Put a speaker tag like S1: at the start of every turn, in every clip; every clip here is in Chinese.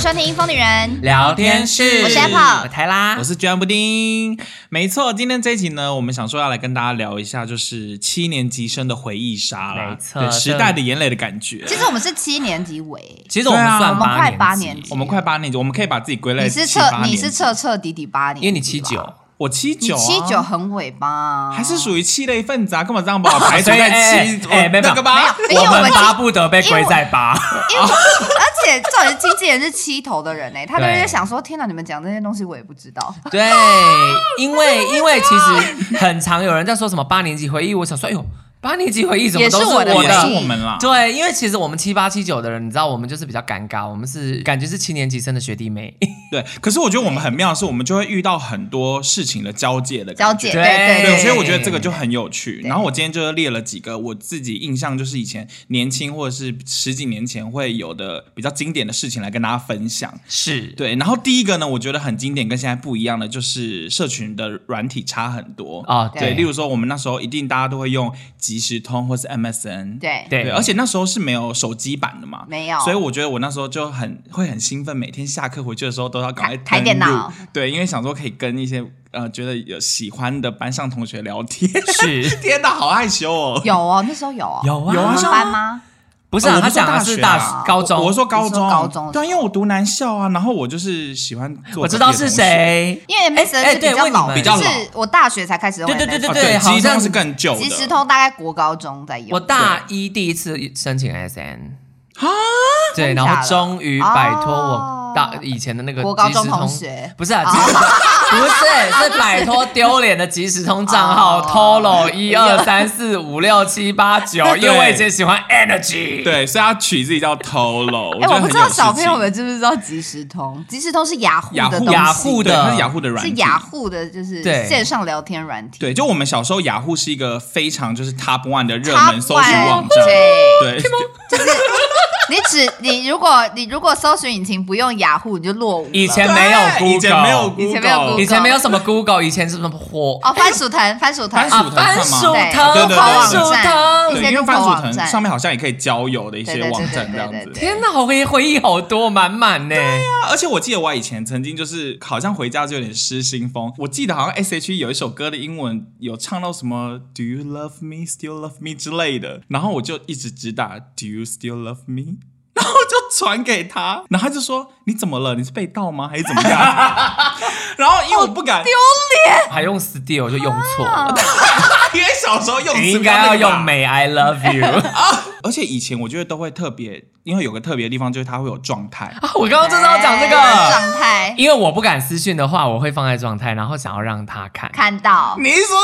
S1: 收听《疯女人
S2: 聊天室，
S1: 我是 Apple
S2: 我台
S1: 啊
S2: 啦，
S3: 我是居然布丁。没错，今天这一集呢，我们想说要来跟大家聊一下，就是七年级生的回忆杀啦，
S2: 没错
S3: 对
S2: 这
S3: 时代的眼泪的感觉》。。
S1: 其实我们是七年级尾，
S2: 其实我们
S3: 对啊
S2: 算
S1: 我们快八
S2: 年
S1: 年级
S3: 我们快八年级，我们可以把自己归类
S1: 你是
S3: 呃七
S1: 彻
S3: 八年
S1: 你
S3: 级
S1: 是彻彻底底八年，
S2: 因为你七九，，
S3: 我七
S1: 你
S3: 九、啊，
S1: 七九很尾巴，
S3: 还是属于气的一份子啊，干嘛这样把我排除 在
S2: 哎
S3: 七？哦
S2: 哎哎没有
S3: 那个吧，
S1: 没有因为我
S2: 我
S1: 们
S2: 们
S1: 七
S2: 巴不得被归在八，
S1: 而且重点是经纪人是七头的人呢、欸他都
S2: 对
S1: 是想说，天哪，你们讲这些东西我也不知道，
S2: 对，因为因为其实很常有人在说什么八年级回忆，我想说，哎呦，八年级回忆怎么
S1: 也是
S2: 都
S1: 我的
S2: 我
S1: 回
S3: 也
S1: 忆
S3: 是我们啦。
S2: 对，因为其实我们七八七九的人，你知道，我们就是比较尴尬，我们是感觉是七年级生的学弟 妹，
S3: 对，可是我觉得我们很妙，是我们就会遇到很多事情的交界的
S1: 交
S3: 感觉
S1: 姐
S2: 对
S1: 对
S3: 哦对，
S1: 对，
S3: 所以我觉得这个就很有趣。
S1: 哎对
S3: 然后我今天就是列了几个我自己印象，就是以前年轻或者是十几年前会有的比较经典的事情来跟大家分享。
S2: 是
S3: 对，然后第一个呢，我觉得很经典，跟现在不一样的就是社群的软体差很多
S1: 哦
S2: 啊
S3: 对，
S2: 对
S3: 例如说我们那时候一定大家都会用即时通或是 MSN，
S1: 对
S2: 对
S3: 对，而且那时候是没有手机版的嘛，
S1: 没有
S3: 所以我觉得我那时候就很会很兴奋，每天下课回去的时候都要赶快
S1: 开开电
S3: 登录
S1: 脑，
S3: 对，因为想说可以跟一些呃觉得有喜欢的班上同学聊天。
S2: 是
S3: 天哪，好害羞哦！
S1: 有哦，那时候有哦，
S2: 有啊
S3: 有啊
S1: 你
S3: 是
S1: 们
S3: 吗
S1: 班吗？
S2: 不是啊？
S3: 哦我
S2: 他
S3: 不说
S2: 讲的
S3: 大
S2: 是
S3: 学
S2: 大
S3: 啊
S2: 高中，
S3: 我我说高
S1: 你
S3: 中，
S1: 说高中的时候
S3: 对，因为我读男校啊，然后我就是喜欢做，
S2: 我知道是。谁，
S1: 因为 MSN
S2: 哎
S1: 是比较
S2: 对
S1: 老，
S2: 问
S3: 你
S1: 就
S3: 们比较老
S1: 是我大学才开始用 MSN，
S2: 对对对对
S3: 哦、对，
S2: 好
S3: 即
S2: 像
S3: 中是更旧的。
S1: 即时通大概国高中在用，
S2: 我大一第一次申请 SN
S3: 啊
S2: 对，
S1: 真
S2: 然
S1: 假
S2: 后
S1: 的
S2: 终于摆脱
S1: 哦
S2: 我大以前的那个
S1: 国高中
S2: 即时通
S1: 同学哦
S2: 不是啊，即时通 不是是摆脱丢脸的即时通账号
S1: 哦
S2: Tolo 一二三四五六七 八九，因为我以前喜欢 Energy，，
S3: 对，所以他取自己叫 Tolo。
S1: 哎、
S3: 觉得
S1: 我不
S3: 很
S1: 知
S3: 有
S1: 道
S3: 事
S1: 小朋
S3: 情
S1: 友们知不知道即时通，即时通是雅虎
S3: 雅
S1: 的
S3: 虎
S1: 东西，
S2: 雅虎
S3: 对
S2: 的
S3: 它是雅虎的软
S1: 是
S3: 体
S1: 雅虎的，就是
S2: 对
S1: 线上聊天软体。
S3: 对，就我们小时候，雅虎是一个非常就是 top one 的热
S1: Top
S3: 门搜寻
S1: one，
S3: 网站。
S1: 对
S3: 对，
S1: 你只你如果你如果搜寻引擎不用雅虎，你就落伍了。
S2: 以前
S3: 对
S2: 没有
S3: 以前
S2: Google
S3: 没有
S1: 以前没有
S3: Google，
S2: 以前没有什么 Google，以前是什么火
S1: 哦，番薯藤，番薯藤，
S3: 番薯
S1: 啊
S3: 藤
S2: 番
S3: 算吗
S2: 薯
S1: 对
S2: 藤，
S3: 对
S2: 番薯
S3: 对对
S1: 一
S2: 藤
S1: 些。
S3: 对，因为
S1: 入口
S3: 番薯
S1: 网
S3: 藤
S1: 站
S3: 上面好像也可以交友的一
S1: 对
S3: 些
S1: 对对
S3: 网站
S1: 对
S3: 这样
S1: 对
S3: 子。
S1: 对
S3: 对
S2: 天哪，好回回忆好多，满满呢。
S3: 啊而且我记得我以前曾经就是好像回家就有点失心疯，我记得好像 S H E 有一首歌的英文有唱到什么 Do you love me, still love me 之类的，然后我就一直只打 Do you still love me，然后就传给他，然后他就说你怎么了？你是被盗吗？还是怎么样？ 然后因为我不敢，
S2: 还用 Steel 就用错了，
S3: 因为小时候用词
S2: 你应
S3: 不要
S2: 该要
S3: 那个吧
S2: 用 May I love you。
S3: 而且以前我觉得都会特别，因为有个特别的地方就是它会有状态。
S2: 我刚刚就是要讲这
S1: 哎
S2: 个，
S1: 状态，
S2: 因为我不敢私讯的话，我会放在状态，然后想要让他看，
S1: 看 到
S3: 你是说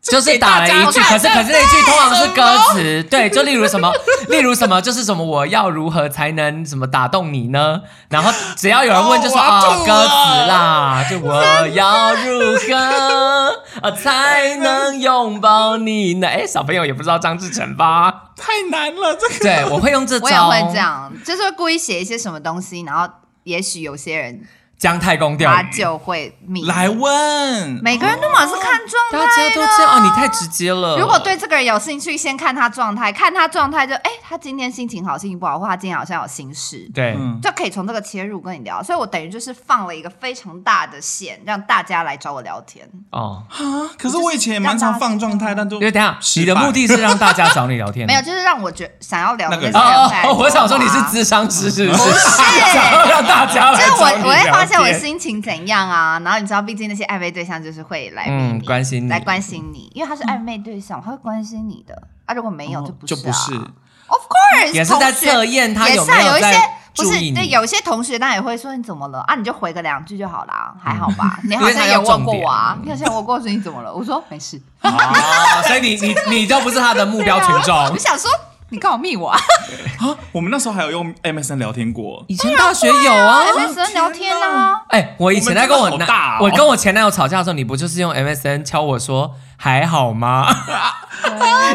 S2: 就是打了一句，可是可是那句通常是歌词，对，就例如什么， 例如什么，就是什么，我要如何才能什么打动你呢？然后只要有人问，就说
S3: 哦
S2: 啊、
S3: 我要
S2: 歌
S3: 吐了
S2: 词啦，就我要如何 啊才能拥抱你呢？哎，小朋友也不知道张志成吧？
S3: 太难了？这个
S2: 对，我会用这
S1: 我也
S2: 招，
S1: 会这样，就是会故意写一些什么东西，然后也许有些人
S2: 姜太公钓
S1: 他
S2: 鱼。
S1: 就会迷。
S3: 来问，
S1: 每个人都嘛是看状态啊
S2: 大家都这样哦，你太直接 了。
S1: 如果对这个人有兴趣，先看他状态，看他状态就哎、他今天心情好，心情不好，或他今天好像有心事，
S2: 对，
S3: 嗯，
S1: 就可以从这个切入跟你聊。所以我等于就是放了一个非常大的线，让大家来找我聊天。
S2: 哦，
S3: 啊，可是我以前也蛮常放状态，但就
S2: 因为等一下
S3: 失
S2: 你
S3: 败
S2: 的目的是让大家找你聊天，
S1: 没有，就是让我觉想要聊的
S3: 那个
S1: 那
S3: 人
S1: 些
S2: 哦
S1: 人
S2: 哦
S1: 在
S2: 哦， 我想说你是
S1: 自，
S2: 智商师是不
S1: 不
S2: 是？ 想要
S1: 是。
S2: 让大家
S1: 就
S2: 来
S1: 是
S2: 找
S1: 我
S2: 你，
S1: 我会发现我
S2: 聊天
S1: 心情怎样啊，然后你知道，毕竟那些暧昧对象就是会来密
S2: 嗯
S1: 你
S2: 关心你
S1: 来关心你，因为他是暧昧对象，他会关心你的啊。如果没
S2: 哦
S1: 有就不是、
S3: 就
S1: 啊，
S3: 不是，
S1: Of course，
S2: 也是在
S1: 同学
S2: 测验他
S1: 也
S2: 有
S1: 是
S2: 没
S1: 啊，有一些
S2: 在
S1: 不
S2: 注
S1: 是
S2: 意
S1: 对，
S2: 你。
S1: 有一些同学当然也会说你怎么了啊，你就回个两句就好啦，还好吧？你
S2: 嗯因
S1: 好
S2: 为他
S1: 像
S2: 要
S1: 有问
S2: 重
S1: 过
S2: 点嗯
S1: 我啊，你好像有问过我说你怎么了，我说没事，啊
S2: 哦，所以你你你就不是他的目标群
S1: 我
S2: 众。
S1: 想说你干嘛密我啊？
S3: 啊，我们那时候还有用 MSN 聊天过，
S2: 以前大学有啊。
S1: 没时聊天啊，
S2: 哎，我以前在跟我
S3: 我们真的好
S2: 男
S3: 大哦，
S2: 我跟我前男友吵架的时候，你不就是用 MSN 敲我说还好吗？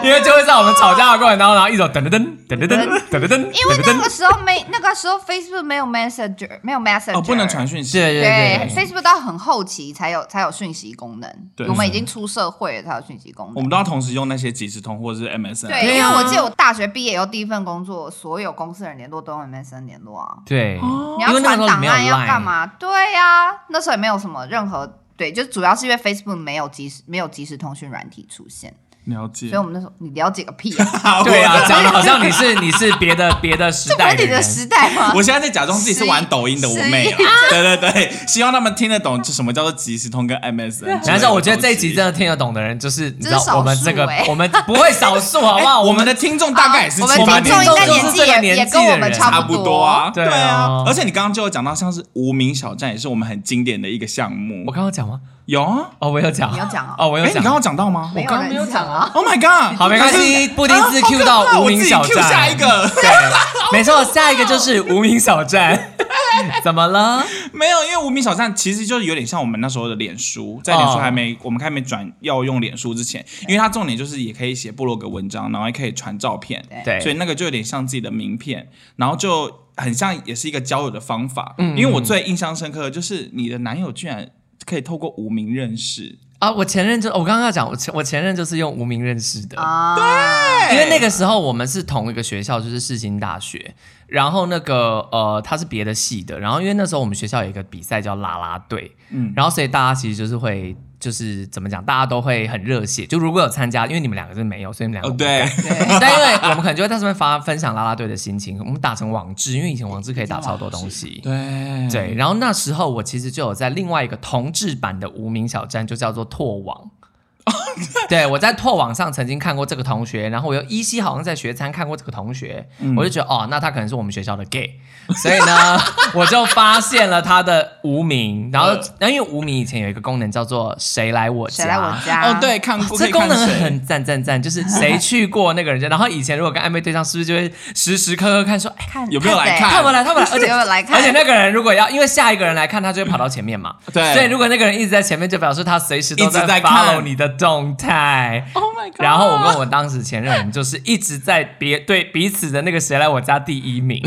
S2: 因为就会在我们吵架的过程当中，然后一首噔噔噔噔噔噔噔噔噔，
S1: 因为那
S2: 噔
S1: 个
S2: 噔，
S1: 时候没，那个时候 Facebook 没有 Messenger，没有 Messenger，
S3: 哦，不能传。讯息，
S2: 对
S1: 对
S2: 对对，
S1: ，Facebook 到很后期才有才有讯息功能，
S3: 对
S1: 我们已经出社会了才有讯息功
S3: 我
S1: 能
S3: 们。都要同时用那些即时通或者是 MSN。
S1: 对，
S2: 对
S1: 因
S2: 啊
S1: 为我记得我大学毕业以后第一份工作，所有公司人联络都用 MSN 联络啊。
S2: 对，
S1: 你
S2: 因
S1: 要
S2: 为那个
S1: 传
S2: 时候
S1: 档
S2: 没有
S1: 案要
S2: Line
S1: 干嘛？对呀、那时候也没有什么任何对，就主要是因为 Facebook 没有即时没有即时通讯软体出现，
S3: 了解
S1: 所以我。们那时候你了解个屁啊！
S2: 对
S3: 我
S2: 啊，讲的好像你是你是别的别的时
S1: 这不
S2: 代
S1: 是你
S2: 人
S1: 的，时代吗？
S3: 我现在在假装自己是玩抖音的我妹啊，对对对，希望他们听得懂这什么叫做即时通跟 MSN。
S2: 但是我觉得这一集真的听得懂的人，就是你知
S1: 这是少
S2: 道
S1: 数
S2: 我们这个
S1: 欸哎
S2: 我们不会少数，好不
S3: 哇，
S2: 好？
S3: 哎我们的听众大概也是
S1: 哦我们
S3: 七八
S1: 听众应
S3: 年
S1: 该
S2: 就
S1: 年
S2: 是
S1: 纪
S2: 这个
S1: 也
S2: 年
S1: 也
S2: 纪
S1: 跟
S2: 的
S1: 我们
S2: 人
S1: 差
S3: 差
S1: 不
S3: 不多啊，
S2: 对啊
S3: 啊。而且你刚刚就有讲到像是无名小站，也是我们很经典的一个项目
S2: 我。刚刚讲吗？
S3: 有啊，
S2: 哦，我有讲，
S1: 你有讲哦
S2: 哦，我
S3: 哎，
S2: 有
S3: 你
S2: 讲
S3: 刚。刚有讲到吗
S1: 没有人
S2: 我刚没有讲啊
S3: ？Oh my god！
S2: 好，没关系，布丁自
S3: 啊好
S2: Q 到
S3: 可怕
S2: 无名小
S3: 我自己 Q
S2: 站，
S3: 下一个。
S2: 对，没错，下一个就是无名小站。怎么了？
S3: 没有，因为无名小站其实就是有点像我们那时候的脸书，在脸书还没、我们还没转要用脸书之前，因为它重点就是也可以写部落格文章，然后也可以传照片，
S2: 对
S3: 所以那个就有点像自己的名片，然后就很像也是一个交友的方法。
S2: 嗯
S3: 因为我最印象深刻的就是你的男友居然可以透过无名认识，
S2: 啊，我前任就我刚刚要讲，我前我前任就是用无名认识的，
S1: 啊，
S2: 因
S3: 哎
S2: 为那个时候我们是同一个学校，就是世新大学。然后那个呃，他是别的系的。然后因为那时候我们学校有一个比赛叫啦啦队，嗯
S3: 嗯，
S2: 然后所以大家其实就是会就是怎么讲，大家都会很热血。就如果有参加，因为你们两个是没有，所以你们两个
S3: 哦
S2: 哎不
S3: 对，
S1: 对
S2: 但因为我们可能就会在上面发分享啦啦队的心情，我们打成网志，因为以前网志可以打超多东西。
S3: 对
S2: 对，然后那时候我其实就有在另外一个同志版的无名小站，就叫做拓网。对，我在拓网上曾经看过这个同学，然后我又依稀好像在学餐看过这个同学，我就觉得哦，那他可能是我们学校的 gay，所以呢， 我就发现了他的无名，然后然后因为无名以前有一个功能叫做谁来我家，
S1: 谁来我家？
S3: 哦，对，看过
S2: 啊这
S3: 可以
S2: 功
S3: 看
S2: 能
S3: 谁
S2: 很赞赞赞，就是谁去过那个人家，然后以前如果跟暧昧对象，是不是就会时时刻刻看说，哎，
S1: 看
S3: 有没有来
S1: 谁
S3: 看
S2: 他们来，他们来，而且
S1: 有没有来看
S2: 而且那个人如果要，因为下一个人来看，他就会跑到前面嘛，
S3: 嗯对
S2: 所以如果那个人一直在前面，就表示他随时都
S3: 一直在
S2: follow
S3: 看
S2: 你的动态。
S3: ，Oh my god！
S2: 然后我跟我当时前任，我们就是一直在别对彼此的那个谁来我家第一名，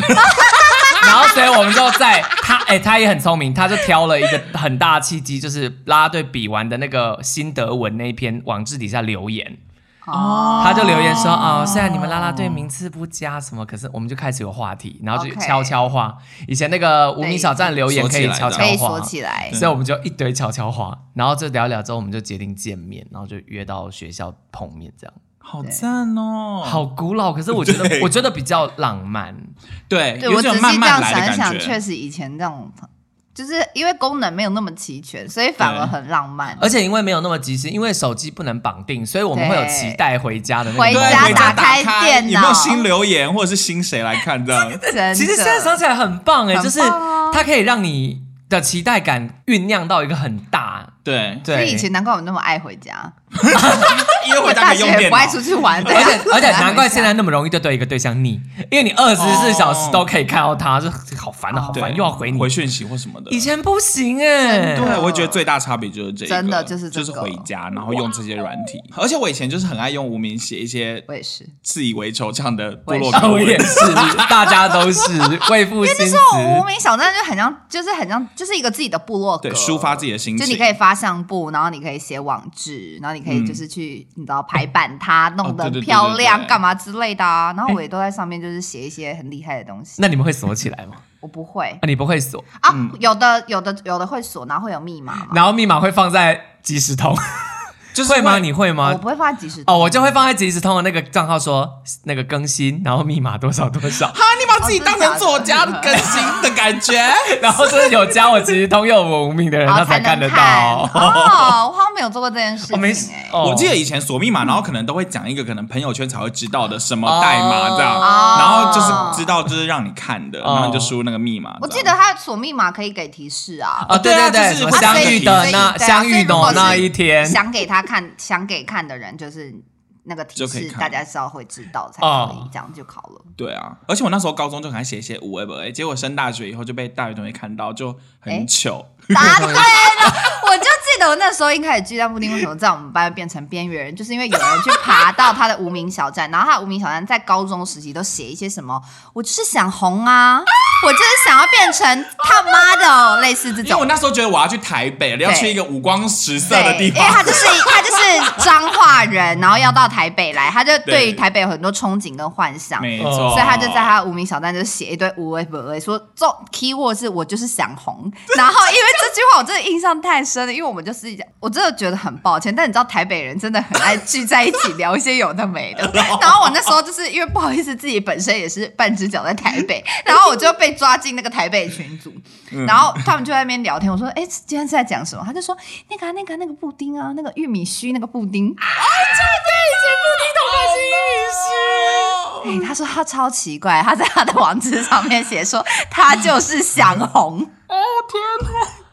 S2: 然后所以我们就在他哎、他也很聪明，他就挑了一个很大的契机，就是啦啦队比完的那个辛德文那一篇网志底下留言，
S1: 哦，
S2: 他就留言说啊、哦虽然你们啦啦队名次不佳什么，可是我们就开始有话题，然后就
S1: OK
S2: 悄悄话。以前那个无名小站留言可以悄悄
S1: 可以
S2: 话
S1: 锁。起来。
S2: 所以我们就一堆悄悄话，然后就聊一聊之后，我们就决定见面，然后就约到学校碰面，这样。
S3: 好赞哦，
S2: 好古老，可是我觉得
S3: 对
S2: 我觉得比较浪漫，
S3: 对，
S1: 对
S3: 有
S1: 我仔
S3: 种
S1: 细
S3: 慢
S1: 这
S3: 慢
S1: 样
S3: 来的
S1: 想一
S3: 感
S1: 想，
S3: 觉，
S1: 确实以前这种，就是因为功能没有那么齐全，所以反而很浪漫。
S2: 而且因为没有那么及时，因为手机不能绑定，所以我们会有
S1: 对
S2: 期待回家的那个
S1: 回
S2: 梦
S1: 家
S3: 对，回家
S1: 打开电脑
S3: 有没有新留言或者是新谁来看 这样？
S1: 真的
S2: 其实现在想起来很棒
S1: 很
S2: 哎、
S1: 棒啊
S2: 就是它可以让你的期待感酝酿到一个很大。
S3: 对，
S1: 所以
S2: 对
S1: 以，前难怪我那么爱回家，
S3: 因为
S1: 我
S3: 回家
S1: 大
S3: 可以
S1: 学
S3: 用
S1: 也
S3: 电
S1: 不
S3: 脑。
S1: 爱出去玩，对
S2: 而
S1: 啊
S2: 且而且难怪现。
S1: 我很爱回家
S2: 在那么容易就对一个对象腻，因为你二十四小时都可以看到他，就好烦啊，好
S3: 对
S2: 烦，又要回你
S3: 回。讯息或什么的。
S2: 以前不行哎、
S1: 真
S3: 对，
S1: 的
S3: 我觉得最大差别就是这
S1: 嗯
S3: 个，
S1: 真的就是这
S3: 就
S1: 个
S3: 是回家，然后用这些软体。而且我以前就是很爱用无名写一些
S1: 我也是，
S3: 自以为惆怅的部
S1: 我也
S3: 落
S1: 是
S2: 啊
S3: 格
S2: 我也
S3: 文，
S2: 是，大家都是为赋新词。
S1: 无名小站就很像，就是很像，就是一个自己的部落格，
S3: 对，抒发自己的心
S1: 就
S3: 情。
S1: 你可以发相簿，然后你可以写网志，然后你可以就是去、你知道排版它，弄得
S2: 哦
S3: 对对对
S1: 漂亮
S3: 对对对
S1: 干嘛之类的啊。然后我也都在上面就是写一些很厉害的东西。
S2: 哎那你嗯们会锁起来吗？
S1: 我不会
S2: 啊，你不会锁，
S1: 啊，有的有的有的会锁，然后会有密码嘛。
S2: 然后密码会放在即时通，
S3: 就是
S2: 会吗？你会
S1: 我
S2: 吗？
S1: 不会放在即时通
S2: 哦，我就会放在即时通的那个账号说那个更新，然后密码多少多 少，
S3: 哈，你把自己当成作家的更新的感觉。
S2: 然后就是有加我即时通又有我无名的人，
S1: 然
S2: 他
S1: 后
S2: 才
S1: 啊才
S2: 看
S1: 能
S2: 得
S1: 看
S2: 到。
S1: 哦，我好像没有做过这件事情、
S2: 我
S1: 哎。
S2: 没，哦
S3: 我记得以前锁密码，然后可能都会讲一个可能朋友圈才会知道的什么代码这样，
S2: 哦
S3: 然后就是知道就是让你看的，
S2: 哦
S3: 然后你就输入那个密码。
S1: 我
S3: 这
S1: 记
S3: 样
S1: 得他锁密码可以给提示啊。
S2: 哦，对对
S3: 对啊
S2: 对，
S3: 就是
S2: 什么
S3: 会
S2: 相遇的
S1: 所以
S2: 那
S1: 对啊
S2: 相遇的
S1: 所以如果是
S2: 那一天，
S1: 想给他看，想给看的人就是那个提
S3: 就可
S1: 示，
S3: 以看
S1: 大
S3: 啊
S1: 家稍会知道才
S2: 哦
S1: 可以，这样就考 了。
S3: 对啊，而且我那时候高中就很爱写一些无为不为，结果升大学以后就被大学同学看到，就很糗。
S1: 答对了，我就记记得我那时候一开始鸡蛋布丁为什么在我们班变成边缘人，就是因为有人去爬到他的无名小站，然后他的无名小站在高中时期都写一些什么，我就是想红啊，我就是想要变成他妈的哦类似这
S3: 因为我
S1: 种。
S3: 那时候觉得我要去台北，要去一个五光十色的
S1: 对，因
S3: 地
S1: 为他
S3: 方。
S1: 就是他就是彰化人，然后要到台北来，他就对于
S3: 对
S1: 台北有很多憧憬跟幻想，
S3: 没
S2: 嗯
S3: 错，
S1: 所以他就在他的无名小站就写一堆无为不为，说这种 keyword 是我就是想红。然后因为这句话我真的印象太深了，因为我们就是我真的觉得很抱歉，但你知道台北人真的很爱聚在一起聊一些有的没的。然后我那时候就是因为不好意思自己本身也是半只脚在台北，然后我就被抓进那个台北群组，然后他们就在那边聊天，我说：“哎、今天是在讲什么？”他就说：“那个、啊、那个、啊、那个布丁啊，那个玉米须那个布丁。”哎，他说他超奇怪，他在他的网址上面写说他就是想红，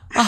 S3: 啊，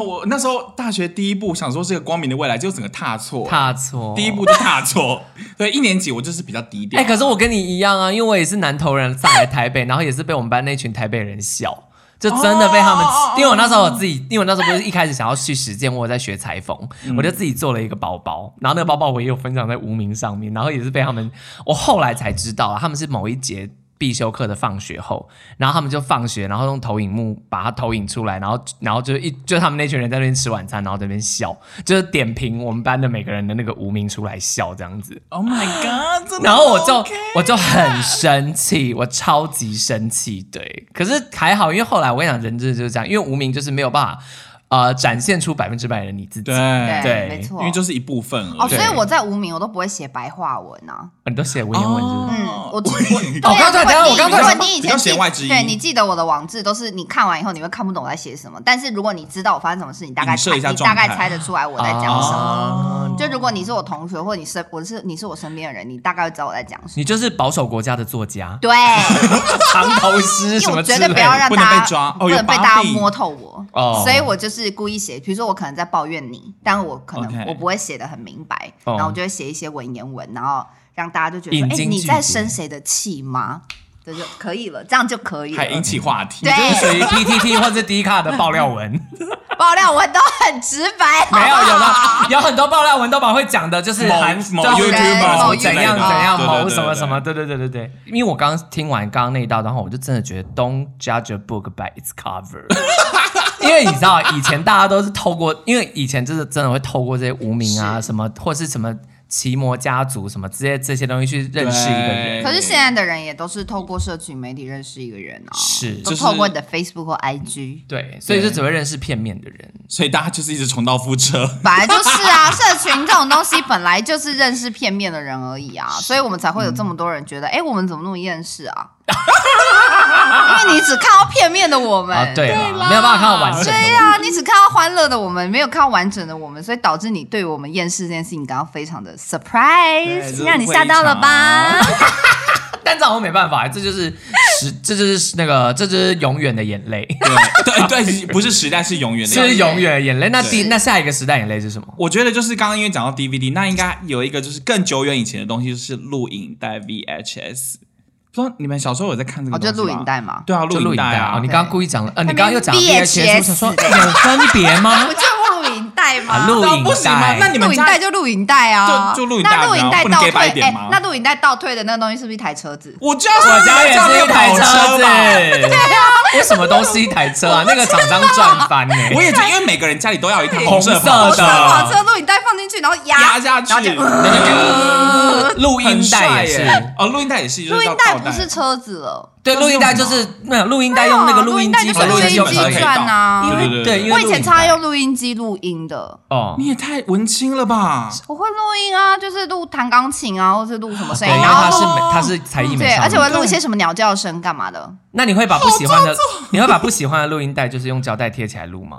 S3: 我那时候大学第一步想说是个光明的未来，就整个踏错，
S2: 踏错
S3: 第一。步就踏错。对，一年级我就是比较低
S2: 哎、
S3: 调。
S2: 可是我跟你一样啊，因为我也是南投人，上来台北，然后也是被我们班那群台北人笑，就真的被他们，
S3: 哦哦哦
S2: 因为我那时候我自己，因为我那时候不是一开始想要去实践，我有在学裁缝，
S3: 嗯
S2: 我就自己做了一个包包，然后那个包包我也有分享在无名上面，然后也是被他们，我后来才知道啊，他们是某一节。必修课的放学后，然后他们就放学，然后用投影幕把它投影出来，然后然后就一就他们那群人在那边吃晚餐，然后在那边笑，就是点评我们班的每个人的那个无名出来笑这样子。
S3: Oh my god！真的
S2: 然后我就
S3: OK
S1: 啊
S2: 我就很生气，我超级生气，对。可是还好，因为后来我跟你讲，人真的就是这样，因为无名就是没有办法呃展现出百分之百的你自己，
S3: 对，啊
S2: 嗯对
S1: 没错，
S3: 因为就是一部分而已
S1: 哦，所以
S2: 对
S1: 我在无名我都不会写白话文啊，
S2: 你都写文言文是不是？
S1: 嗯，
S3: 哦
S1: 我我对
S2: 哦刚
S1: 如果
S2: 才等一下
S1: 你
S2: 我刚才
S1: 如果你以
S3: 比较
S1: 前
S3: 弦
S1: 记
S3: 外之
S1: 对
S3: 音
S1: 你记得我的网志都是你看完以后你会看不懂我在写什么，但是如果你知道我发生什么事，你大概
S3: 影射
S1: 猜
S3: 一下
S1: 你大概
S3: 状态哦
S1: 猜得出来我在讲什么。
S2: 啊
S1: 就如果你是我同学，或者你身我是你是我身边的人，你大概会知道我在讲什么。
S2: 你就是保守国家的 作家，
S1: 对，
S2: 藏头诗
S1: 因
S2: 什
S1: 为哎我
S2: 么之哎
S1: 绝对
S2: 类的，
S1: 不要让
S3: 不能
S1: 大家
S3: 被抓哦
S1: 不
S3: 有
S1: 能被
S3: 把
S1: 大家
S3: 柄
S1: 摸透我，
S2: 哦
S1: 所以我就是故意写，比如说我可能在抱怨你，但我可能
S3: OK
S1: 我不会写的很明白
S2: 哦
S1: 然后我就会写一些文言文，然后让大家就觉得说，
S2: 引
S1: 哎、
S2: 经
S1: 你
S2: 据
S1: 在
S2: 典
S1: 生谁的气吗？这就可以了，这样就可 以
S3: 还引
S1: 了。
S3: 起话题。
S1: 对
S2: 就是属于 PTT 或是 D 卡的爆 料文，
S1: 爆料文都很直白，
S2: 没有
S1: 好不
S2: 有
S1: 好
S2: 的有很多爆料文都把会讲的，就是
S3: 某
S2: 韩
S3: 某
S2: 就是
S1: YouTuber 什
S2: 某
S1: 么之
S2: 哎怎
S1: 类的
S2: 样怎样
S3: 对对
S2: 某
S3: 啊对
S2: 什么
S3: 对
S2: 什么，对对对对对。因为我刚听完刚刚那一道，然后我就真的觉得 Don't judge a book by its cover。因为你知道，以前大家都是透过，因为以前就是真的会透过这些无名啊，
S1: 是
S2: 什么或是什么奇摩家族什么之类这些东西去认识一个人，
S3: 对
S1: 可是现在的人也都是透过社群媒体认识一个人啊，
S2: 是
S1: 都
S3: 就是
S1: 透过你的 Facebook 或 IG，
S2: 对，所以就只会认识片面的人。
S3: 所以大家就是一直重蹈覆辙。
S1: 本来就是啊， 社群这种东西本来就是认识片面的人而已啊，所以我们才会有这么多人觉得，哎、
S3: 嗯
S1: 我们怎么那么厌世啊？ 因为你只看到片面的我们，
S2: 啊，对啦，没有办法看到完整的
S1: 对
S2: 我。
S1: 呀、你只看到欢乐的我们，没有看到完整的我们，所以导致你对我们厌世这件事情感到非常的
S3: 对
S1: surprise，
S3: 这
S1: 让你吓到了吧？
S2: 但这样我没办法，这就是时，这就是那个，这就是永远的眼泪，
S3: 对对对，不是时代，是永远 的。
S2: 是永远的眼泪。那
S3: 对
S2: 第那下一个时代眼泪是什么？
S3: 我觉得就是刚刚因为讲到 DVD，那应该有一个就是更久远以前的东西，就是录影带 VHS。不知道你们小时候有在看这
S1: 我
S3: 个？
S1: 哦就录影。带嘛，
S3: 嗯对啊，
S2: 就
S3: 影
S2: 影带
S3: 啊
S2: 哦，你。刚刚故意讲了，呃，你
S1: 那边
S2: 刚刚又讲了 VHS，我想说
S1: VHS
S2: 有分 别吗
S1: 我？就录影带嘛。
S2: 啊录
S3: 那不行吗？
S2: 录影带
S3: 那你们
S1: 录影
S3: 家
S1: 带就录影带啊，
S3: 就就录影带
S1: 那录影带
S3: 不能
S1: 倒
S3: gay 白一
S1: 退，
S3: 点
S1: 哎
S3: 吗，
S1: 那录影带倒退的那个东西是不是一台车子？
S3: 我家我
S2: 我家也是一台车子，
S3: 吧。
S2: 为什么都是一台车啊？那个厂商赚翻呢？
S3: 我也觉得，因为每个人家里都要有一台
S2: 红
S3: 色
S2: 色
S3: 跑
S2: 的
S1: 车跑哦车录影带放进去，然后压
S3: 压下去，
S1: 然后就
S2: 录音带也是，
S3: 哦，录音带也是，就是
S1: 录音
S3: 要
S1: 带
S3: 倒
S1: 不是车子了。
S2: 对，录音带就是没有录音带用那个录音机
S1: 没有
S2: 转
S1: 录音带就是录音机
S2: 可以
S1: 转啊
S2: 因
S3: 对
S2: 为
S3: 对
S2: 对，因为
S3: 对，
S1: 我以前超爱
S2: 用
S1: 用录音机录音的，
S2: 哦
S3: 你。也太文青了吧？
S1: 我会录音啊，就是录弹钢琴啊，或是录什么声
S2: 对，
S1: 音，
S2: 因为
S1: 然
S2: 他
S1: 后
S2: 是
S1: 录
S2: 美，他是才艺美
S1: 对，
S2: 少
S1: 而且我
S2: 女。
S1: 会录一些什么鸟叫声干嘛的。
S2: 那你会把不喜欢的，你会把不喜欢的录音带就是用胶带贴起来录吗？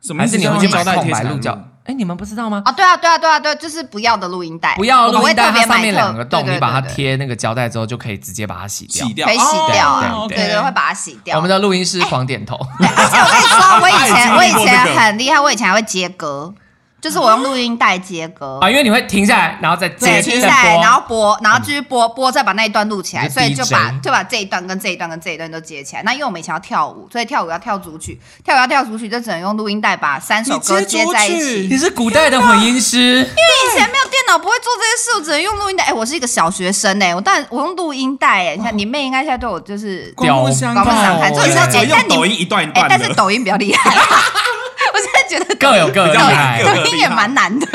S3: 什么
S2: 还
S3: 意
S2: 是
S3: 思？
S2: 你会去
S3: 用
S2: 买
S3: 胶带
S2: 空
S3: 贴
S2: 白
S3: 起来
S2: 录
S3: 录
S2: 胶？哎，你们不知道吗？
S1: 哦，对啊，对啊，对啊，对啊，就是不要的录音带，
S2: 不要
S1: 我
S2: 录
S1: 会
S2: 音
S1: 特
S2: 带，它
S1: 别
S2: 上
S1: 买
S2: 面
S1: 特
S2: 两个洞，
S1: 对对
S2: 你把它
S1: 对对
S2: 贴那个胶带之后，就可以直接把它洗掉
S3: 洗。掉，
S1: 可以洗掉啊
S3: 哦
S1: 对对，会把它洗掉。哎
S2: 我们的录音师狂点头，
S1: 而且我跟你说，我以前我
S3: 他已经
S1: 以
S3: 经历过这
S1: 前
S3: 个
S1: 很厉害，我以前还会接歌，就是我用录音带接歌。
S2: 啊，因为你会停下来，然后再接
S1: 对，
S2: 接
S1: 停
S2: 再
S1: 下来，
S2: 播嗯
S1: 然后播，然后继续播，播再把那一段录起来，
S2: 你是
S1: 所以就把
S2: DJ
S1: 就把这一段跟这一段跟这一段都接起来。那因为我们以前要跳舞，所以跳舞要跳组曲，跳舞要跳组曲，就只能用录音带把三首歌
S3: 你接
S1: 接
S3: 组曲
S1: 在一起。
S2: 你是古代的混音师，
S1: 因为以前没有电脑，不会做这些事，我只能用录音带。哎、我是一个小学生哎、我但我用录音带哎、你
S2: 哦
S1: 看你妹应该现在对我就是
S3: 刮目相
S1: 刮目相看
S3: 因
S1: 这种
S3: 为他只要
S1: 哎但
S3: 用
S1: 你
S3: 抖音一段一
S1: 哎、
S3: 段
S1: 但是
S3: 的，
S1: 抖音比较厉害，啊我现在觉得抖
S2: 各有各的
S3: 比较
S2: 厉
S3: 难
S2: 害
S3: 各有各，的
S1: 抖音也蛮难的，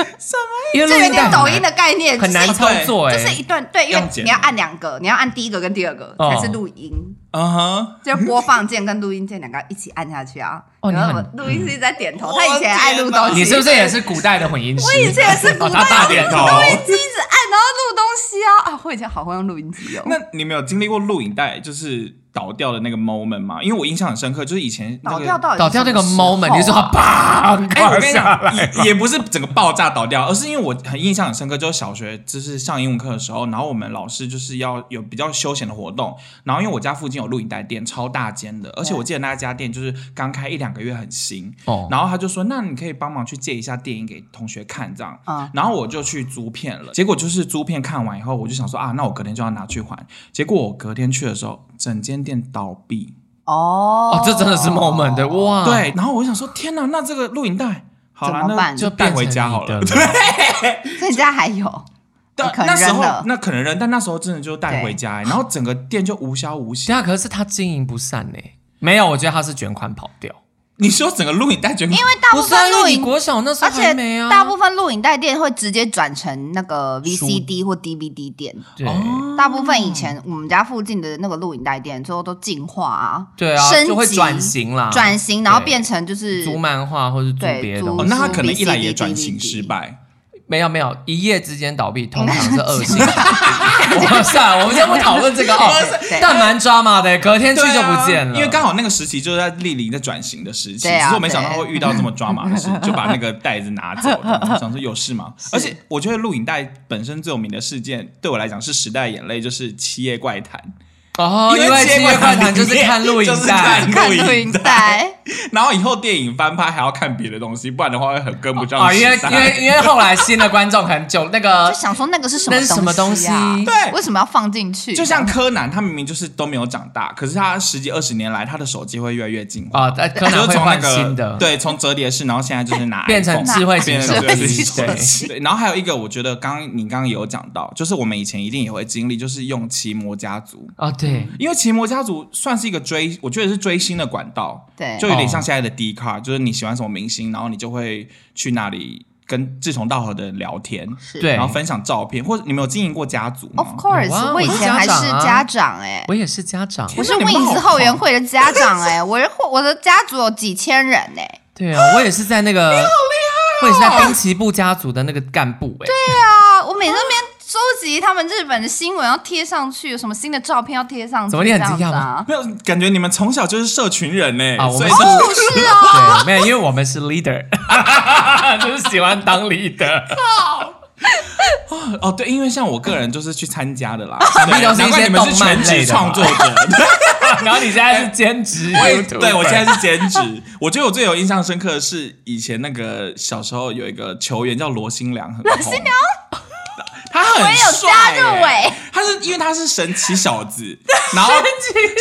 S2: 因为
S1: 就
S2: 录
S1: 有
S2: 音带
S1: 点
S2: 很
S1: 抖
S2: 难
S1: 音的概念，
S2: 很难
S1: 就是
S2: 操作哎，
S1: 就是一段对，因
S3: 要
S1: 为
S3: 剪
S1: 你要按两个，你要按第一个跟第二个
S2: 哦
S1: 才是录音，
S3: 嗯哼，
S1: 就是播放键跟录音键两个一起按下去啊。
S2: 哦你
S1: 然后
S2: 很
S1: 我录音师一直在点头，
S3: 嗯
S1: 他以前爱录东
S3: 我的天哪
S1: 西，
S2: 你是不是也是古代的混音师？
S1: 我以前也是古
S2: 哦
S1: 代
S2: 他大点头。
S1: 录音机一直按，然后录东西啊啊！我以前好会用录音机哦。
S3: 那你没有经历过录影带就是倒掉的那个 moment 吗？因为我印象很深刻，就是以前、那
S1: 倒
S3: 个、
S1: 掉到底是
S2: 倒掉那个
S1: 什么时候
S2: moment，你说
S1: 啊
S2: 啪，
S3: 哎、我
S2: 垮
S3: 跟你
S2: 下来，
S3: 讲，也也不是整个爆炸倒掉，而是因为我很印象很深刻，就是小学就是上英文课的时候，然后我们老师就是要有比较休闲的活动，然后因为我家附近有录影带店，超大间的，而且我记得那家店就是刚开一两个月很新，
S2: 哦
S3: 然后他就说，那你可以帮忙去借一下电影给同学看这样，
S1: 嗯
S3: 然后我就去租片了，结果就是租片看完以后，我就想说啊，那我隔天就要拿去还，结果我隔天去的时候，整间店倒闭。
S1: 哦
S2: 哦，这真的是 moment 对哇，，
S3: 对，然后我就想说，天哪，那这个录影带好
S1: 嗯
S3: 啦
S1: 怎么
S3: 那
S1: 办
S3: 就
S2: 就
S3: 带
S2: 变
S3: 回
S2: 成
S3: 家
S2: 你
S3: 好了
S2: 的。
S1: 所以你家还有
S3: 对
S1: 可，能
S3: 那时
S1: 扔
S3: 候
S1: 了
S3: 那可能扔，但那时候真的就带回家、然后整个店就无消无息。
S2: 等一下啊可是他经营不善呢，没有，我觉得他是卷款跑掉，
S3: 你说整个录影带卷，因
S1: 因为大部
S2: 不是啊
S1: 分
S2: 因为
S1: 录
S2: 你
S1: 影，
S2: 国小那时
S1: 而
S2: 候还没
S1: 且
S2: 啊，
S1: 大部分录影带店会直接转成那个 VCD 或 DVD 店。
S2: 对
S1: 大部分以前我们家附近的那个录影带店，最后都进化啊，
S2: 对啊
S1: 升，级
S2: 就会转型啦，
S1: 转型，然后
S2: 对
S1: 变成就是
S2: 租漫画或是租
S1: 对
S2: 别的
S1: 租
S3: 哦
S2: 东，西，
S3: 那他可能一来也
S1: VCD
S3: 转型失败，
S2: 没有没有，一夜之间倒闭，通常是恶性。哇塞，我们先不讨论这个哦
S1: 对，
S2: 但蛮抓马的，隔天去
S3: 对
S2: 就
S3: 啊
S2: 不见了，
S3: 因为刚好那个时期就是在莅临在转型的时期，
S1: 对啊
S3: 只是我没想到会遇到这么抓马的事，就把那个袋子拿 走，我想说有事吗？而且我觉得录影带本身最有名的事件，对我来讲是时代眼泪，就是《七夜怪谈》。
S2: 哦，
S3: 因
S2: 因
S3: 为
S2: 为
S3: 接
S2: 七月
S3: 管
S2: 快
S3: 里
S2: 谈就是
S3: 面
S2: 看录
S3: 就
S2: 影
S3: 是
S2: 带
S3: 看。
S1: 看
S3: 录
S1: 录
S3: 影
S1: 影
S3: 带
S1: 带。
S3: 然后以后电影翻拍还要看别的东西，不然的话会很跟不上
S2: 啊，
S3: 时
S2: 因为因
S3: 代。
S2: 为因为后来新的观众很久那个
S1: 就想说那个是什
S2: 啊那是什么
S1: 么
S2: 东西
S1: 西啊？
S3: 对
S1: 为什么要放进去？啊
S3: 就像柯南，他明明就是都没有长大，可是他十几二十年来，他的手机会越来越进化。
S2: 啊，在柯
S3: 就
S2: 南
S3: 是
S2: 会
S3: 从那
S2: 换
S3: 个
S2: 新的，，
S3: 对，从折叠式，然后现在就是 拿
S2: 变成
S3: iPhone
S2: 智慧型
S3: 变
S2: 手
S3: 成智慧
S2: 机
S3: 型手
S2: 对
S3: 机。对，然后还有一个，我觉得刚刚你刚刚也有讲到，就是我们以前一定也会经历，就是用奇摩家族，
S2: 哦对，
S3: 因为奇摩家族算是一个追，我觉得是追星的管道，
S1: 对，
S3: 就有
S2: 哦
S3: 点像现在的 D 卡，就是你喜欢什么明星，然后你就会去那里跟志同道合的人聊天，
S1: 是
S2: 对
S3: 然后分享照片，或者你们有经营过家族吗
S1: Of course，、
S2: 有啊
S1: 我以前还是
S2: 我是家长啊
S1: 家长哎、
S2: 我也是家长，
S1: 我是
S3: 天哪
S1: w
S3: 你
S1: i
S3: 们
S1: n s
S3: 好
S1: 后援会的家长 哎、我的我的家族有几千人哎、
S2: 对啊，我也是在那个，
S1: 哦
S2: 我也是在滨崎步家族的那个干部哎，
S1: 对啊，我每天那边收集他们日本的新闻要贴上去，有什么新的照片要贴上去，
S2: 怎么你很
S1: 这样
S2: 惊讶
S1: 子
S2: 吗
S1: 啊？
S3: 没有感觉你们从小就是社群人呢、
S2: 啊我
S3: 所
S2: 们
S3: 以
S2: 是
S3: 就是
S1: 不是啊，
S2: 对，没有，因为我们是 leader，就是喜欢当 leader，
S3: 哦对，因为像我个人就是去参加的啦，
S2: 想必都是
S3: 对
S2: 一
S3: 难怪
S2: 些
S3: 你们是
S2: 动漫
S3: 全职
S2: 类的
S3: 创
S2: 吧
S3: 作者，
S2: 然后你现在是兼职
S3: 对
S2: YouTuber，
S3: 对，我现在是兼职。我觉得我最有印象深刻的是以前那个小时候有一个球员叫罗新良，很罗新良，他很
S1: 我也啊有
S3: 帅
S1: 加入
S3: 欸
S1: 欸
S3: 他是因为他是 神奇小子，然后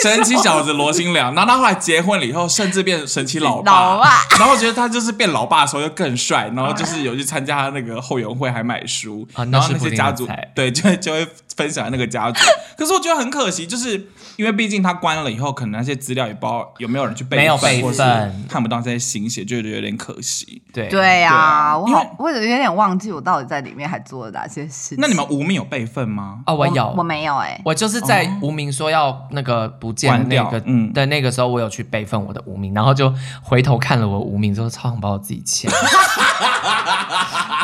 S3: 神奇小子罗新良，然后他后来结婚了以后，甚至变神奇老爸。
S1: 老爸
S3: 然后我觉得他就是变老爸的时候又更帅，然后就是有去参加他那个后援会，还买书，
S2: 啊
S3: 然
S2: 那
S3: 后
S2: 是
S3: 那些
S2: 不一样的
S3: 家族
S2: 菜
S3: 对就会就会分享那个家族。 可是我觉得很可惜，就是因为毕竟他关了以后，可能那些资料也不知道有没有人去备份，
S2: 没有备份
S3: 或是看不到这些心血，就觉得有点可惜。
S2: 对
S1: 对呀、
S3: 啊
S1: 我
S3: 因为
S1: 好，我有点忘记我到底在里面还做了哪些事情。
S3: 那你们无名有备份吗？
S2: 啊，
S1: 我
S2: 我有，
S1: 我没有哎、
S2: 我就是在无名说要那个不见的那
S3: 关
S2: 个
S3: 掉嗯
S2: 的那个时候，我有去备份我的无名，然后就回头看了我无名之后，超想把我自己掐。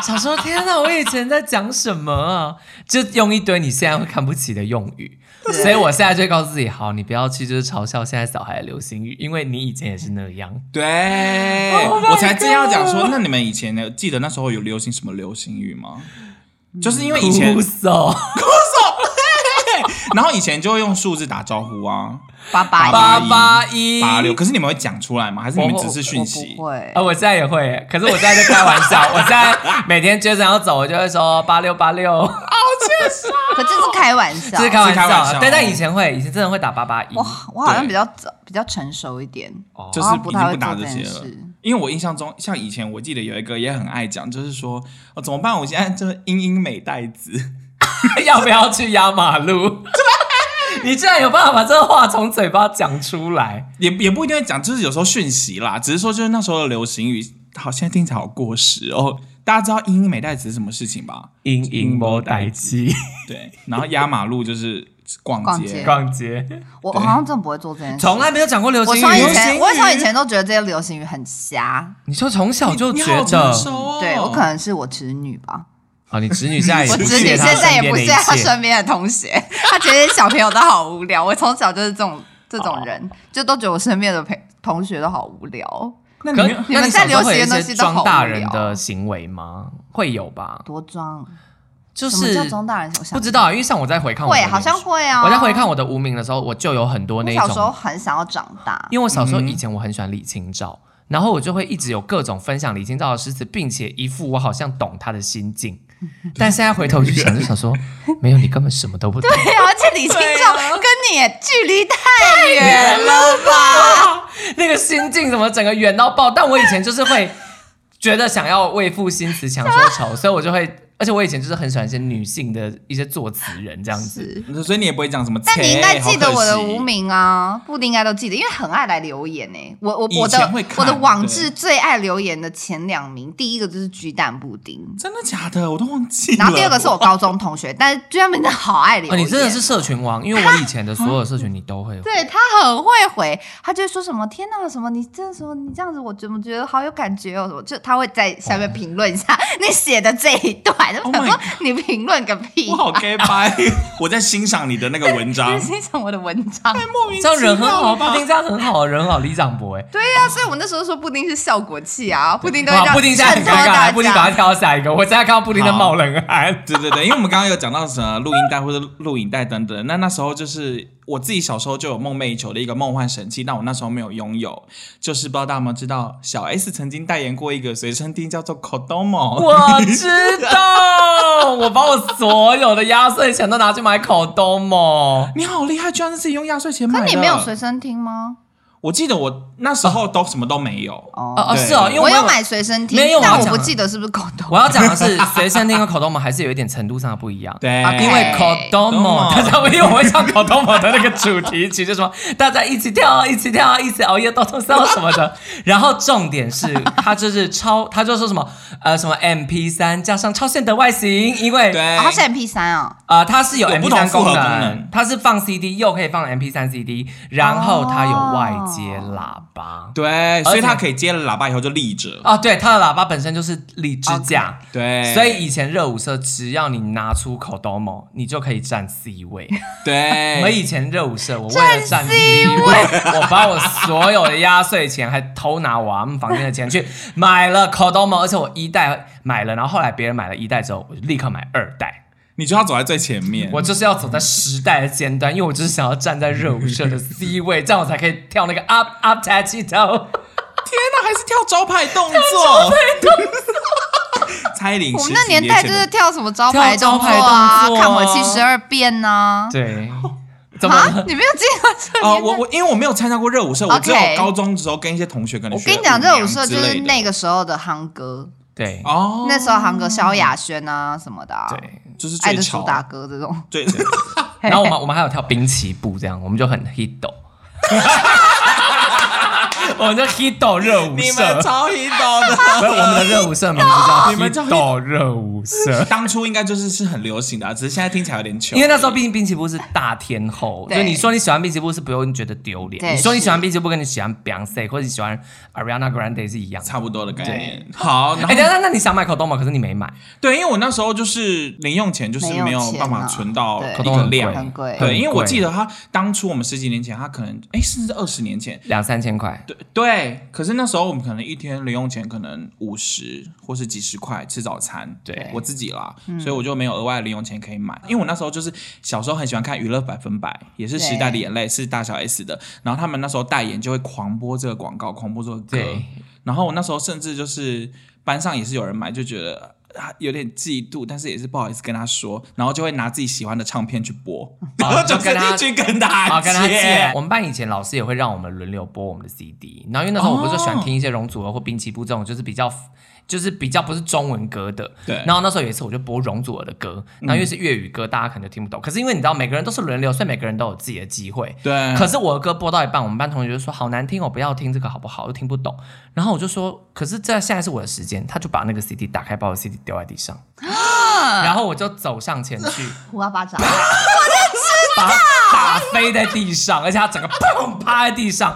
S2: 想说天哪，我以前在讲什么啊？就用一堆你现在会看不起的用语，
S1: 哎对
S2: 所以我现在就会告诉自己，好，你不要去就是嘲笑现在小孩的流行语，因为你以前也是那 样。
S3: 对
S2: Oh my
S3: 我才正要讲说，那你们以前呢？记得那时候有流
S1: 嗯
S2: 哦
S3: 行什么流行语吗？就是因为以前
S2: 酷手，
S3: 然后以前就会用数字打招呼啊，
S1: 八八
S3: 八
S1: 一。
S2: 八八一
S3: 八六。可是你们会讲出来吗？还是你们只是讯息？
S1: 我不
S2: 啊，
S1: 会，
S2: 我现在也会，可是我现在在开玩笑，我现在每天 Jason 要走，我就会说八六八六，
S1: 可这是开玩笑
S2: 这。啊是开玩
S3: 是开玩笑
S2: 笑。对，但以前会，以前真的会打八八一
S1: 我。我好像
S3: 对
S1: 比较早比较成熟一点，
S2: 哦
S3: 就是
S1: 我
S3: 已
S1: 不
S3: 经
S1: 太
S3: 不
S1: 会
S3: 打
S1: 做
S3: 这些
S1: 件
S3: 了
S1: 事。
S3: 因为我印象中，像以前我记得有一个也很爱讲，就是说，哦、怎么办？我现在就是英英美代子，
S2: 要不要去压马路？ 你居然有办法把这个话从嘴巴讲出来，
S3: 也也不一定会讲，就是有时候讯息啦，只是说就是那时候的流行语，好，现在听起来好过时哦。大家知道英英美代子是什么事情吧？
S2: 阴阴谋代机
S3: 对，然后压马路就是逛
S1: 逛
S3: 街，
S1: 街
S2: 逛街，
S1: 我我好像真的不会做这件事，
S2: 从来没有讲过流
S1: 我
S2: 行
S1: 从以
S2: 语。
S1: 前，我从以前都觉得这些流行语很瞎。
S2: 你说从小就
S3: 你
S2: 觉
S3: 好成熟
S2: 得，
S3: 哦、
S1: 对我可能是我侄女吧，
S2: 哦，你侄女现在 也
S1: 我
S2: 不
S1: 侄女
S2: 屑她
S1: 现在也不
S2: 身
S1: 是
S2: 边的
S1: 她
S2: 一切。
S1: 身边的同学， 她觉得小朋友都好无聊。我从小就是这种这种人，
S2: 哦
S1: 就都觉得我身边的朋同学都好无聊，
S3: 那
S2: 可
S3: 你没有
S1: 你们在流行的
S2: 那
S1: 东
S2: 你小时候会有一
S1: 西
S2: 些
S1: 都好无聊
S2: 装大人的行为吗？会有吧？
S1: 多装。
S2: 就
S1: 什么
S2: 是
S1: 叫装大人？我想
S2: 不知道，因为像我在回看我的
S1: 会
S2: 脸
S1: 好像
S2: 书
S1: 会啊。
S2: 我在回看我的无名的时候，我就有很多
S1: 我
S2: 那
S1: 小时候嗯
S2: 种，
S1: 很想要长大，
S2: 因为我小时候以前我很喜欢李清照，然后我就会一直有各种分享李清照的诗词，并且一副我好像懂她的心境，但现在回头去想，就想说，没有你根本什么都不懂。
S1: 对啊，而且李清照跟你也距离太远了。
S2: 那个心境怎么整个远到爆？但我以前就是会觉得想要为赋新词强说 愁，所以我就会，而且我以前就是很喜欢一些女性的一些作词人这样子。
S3: 所以你也不会讲什么切。
S1: 但你应该记得我的
S3: 好可惜
S1: 无。名啊，布丁应该都记得，因为很爱来留言呢、我我我
S3: 以
S1: 的
S3: 前会
S1: 我
S3: 看
S1: 的网志最爱留言的前两名，第一个就是鸡蛋布丁，
S3: 真的假的？我都忘记了。
S1: 然后第二个是我高中同学，但是居然真的好爱留
S2: 哦，
S1: 言，
S2: 你真的是社群王，因为我以前的所有社群你都 会。
S1: 对他很会回，他就会说什么天哪，什么你这什么你这样子，我怎么觉得好有感觉哦，什么就他会在下面评论一下、 你写的这一段，我
S3: Oh
S1: 想
S3: my
S1: 说你评论个屁
S3: 我，好 gay 掰， 我在欣赏你的那个文
S1: 你
S3: 章。
S1: 欣赏我的文章。
S2: 这样人很好，布丁这样很好，人很好，李长博哎。
S1: 对呀、所以我那时候说布丁是效果器啊，布丁都会
S2: 哇
S1: 让
S2: 布丁现在很
S1: 衬托
S2: 尴
S1: 大
S2: 尬，
S1: 家
S2: 布丁把它跳到下一个。我现在看到布丁在冒冷汗。
S3: 哎对对对，因为我们刚刚有讲到什么录音带或者录影带等等，那那时候就是我自己小时候就有梦寐以求的一个梦幻神器，但我那时候没有拥有，就是不知道大家有没有知道，小 S 曾经代言过一个随身听叫做 Kodomo，
S2: 我知道，我把我所有的压岁钱都拿去买口东哦某。
S3: 你好厉害，居然是自己用压岁钱买
S1: 可
S3: 的。
S1: 你没有随身听吗？
S3: 我记得我那时候都什么都没有，
S2: 哦
S1: 哦，
S2: 哦，
S3: 对
S2: 是哦，因为
S1: 我
S2: 有
S1: 有买随身听
S2: 没有，我要啊
S1: 但我
S2: 讲
S1: 不
S2: 了
S1: 记得是不是口头。
S2: 我要讲的是，随身听跟口头膜还是有一点程度上的不一样。
S3: 对，
S1: OK
S2: 因为口头膜，大家因为我会唱口头膜的那个主题曲，就什么大家一起跳，一起跳，一起熬夜到通宵什么 的。然后重点是，它就是超，它就说什么呃什么 MP 三加上超线的外形，因为
S3: 对，
S1: 哦它是 MP 三哦，
S2: 啊，它是有
S3: 有不
S2: MP
S3: 同
S2: 三
S3: 复合
S2: 功
S3: 功
S2: 能
S3: 能，
S2: 它是放 CD 又可以放 MP 三 CD，然后它有外接喇叭。
S3: 对，所以
S2: 且
S3: 它可以接了喇叭以后就立着，
S2: 哦，对，它的喇叭本身就是立支架
S3: 对，
S2: 所以以前热舞社只要你拿出口 d o 你就可以站 C 位。
S3: 对，
S2: 我以前热舞社，我为了哎站 C 位， 我把我所有的压岁钱还偷拿我阿姆房间的钱去买了口 d o 而且我一代买了，然后后来别人买了一代之后，我就立刻买二代。
S3: 你就要走在最前面。
S2: 我就是要走在时代的尖端，因为我就是想要站在热舞社的 C 位，这样我才可以跳那个 up up t a c h i toe。
S3: 天哪，还是跳招牌动作，招牌动作。蔡依林，
S1: 我们那年代就是跳什么招牌
S2: 跳招
S1: 动作
S2: 牌
S1: 啊，
S2: 动作啊
S1: 看我七十二变呐。
S2: 对，怎么
S1: 啊
S2: 了？，
S1: 你没有记 得
S3: 啊、
S1: 这
S3: 我
S1: 年代？
S3: 我因为我没有参加过热舞社，我只有
S1: OK
S3: 高中的时候跟一些同学可能
S1: 我
S3: 学
S1: 跟你讲，
S3: 舞娘
S1: 这种社就
S3: 之
S1: 是
S3: 类的
S1: 那个时候的夯歌，
S2: 对
S3: 哦，
S1: 那时候夯歌萧亚轩啊什么的啊，
S2: 对。
S3: 就是
S1: 爱
S3: 最
S1: 的主
S3: 潮
S1: 打歌这种。
S3: 最
S2: 然后我们我们还有跳滨崎步，这样我们就很 hit 斗， 我们就 hit 斗热舞社。
S3: 超引导的。
S2: 所以我们的热舞社名 字叫
S3: 你们
S2: hit
S3: 叫
S2: 斗热舞社。
S3: 当初应该就是是很流行的、啊，只是现在听起来有点糗。
S2: 因为那时候毕竟滨崎步是大天后，
S1: 对
S2: 就你说你喜欢滨崎步是不用觉得丢
S1: 对
S2: 脸，你说你
S1: 是
S2: 喜欢滨崎步跟你喜欢 Beyonce 或者你喜欢 Ariana Grande 是一样的。
S3: 差不多的概念。好，然
S2: 哎、
S3: 后、
S2: 等一下，那你想买口东吗？可是你没买，
S3: 对，因为我那时候就是零用钱就是
S1: 没
S3: 没
S1: 有
S3: 有
S1: 钱
S3: 办法
S1: 啊
S3: 存到
S1: 对
S3: 一个量，
S1: 很贵
S3: 对，因为
S2: 很
S3: 我
S2: 贵
S3: 记得他当初我们十几年前，他可能哎，甚至二十年前，
S2: 两三千块。
S3: 对对，可是那时候我们可能一天零用钱可能五十或是几十块吃早餐，
S2: 对嗯
S3: 我自己啦，所以我就没有额外的零用钱可以买。因为我那时候就是小时候很喜欢看《娱乐百分百》，也是《时代的眼泪》，是大小 S 的。然后他们那时候代言就会狂播这个广告，狂播这个歌
S2: 对。
S3: 然后我那时候甚至就是班上也是有人买，就觉得。啊有点嫉妒，但是也是不好意思跟他说，然后就会拿自己喜欢的唱片去播，然后 就
S2: 哦就跟他
S3: 去跟他
S2: 啊，跟他借
S3: 借。。
S2: 我们班以前老师也会让我们轮流播我们的 CD，然后因为那时候我不是喜欢听一些容祖儿或滨崎步这种，就是比较。就是比较不是中文歌的，
S3: 对
S2: 然后那时候有一次我就播容祖儿的歌，然后因为是粤语歌，大家可能就听不懂。可是因为你知道每个人都是轮流，所以每个人都有自己的机会。
S3: 对，
S2: 可是我的歌播到一半，我们班同学就说好难听哦，不要听这个好不好？都听不懂。然后我就说，可是这现在是我的时间，他就把那个 CD 打开，把我的 CD 丢在地上，然后我就走上前去，
S1: 胡巴巴掌，
S2: 把他打飞在地上，而且他整个砰趴在地上，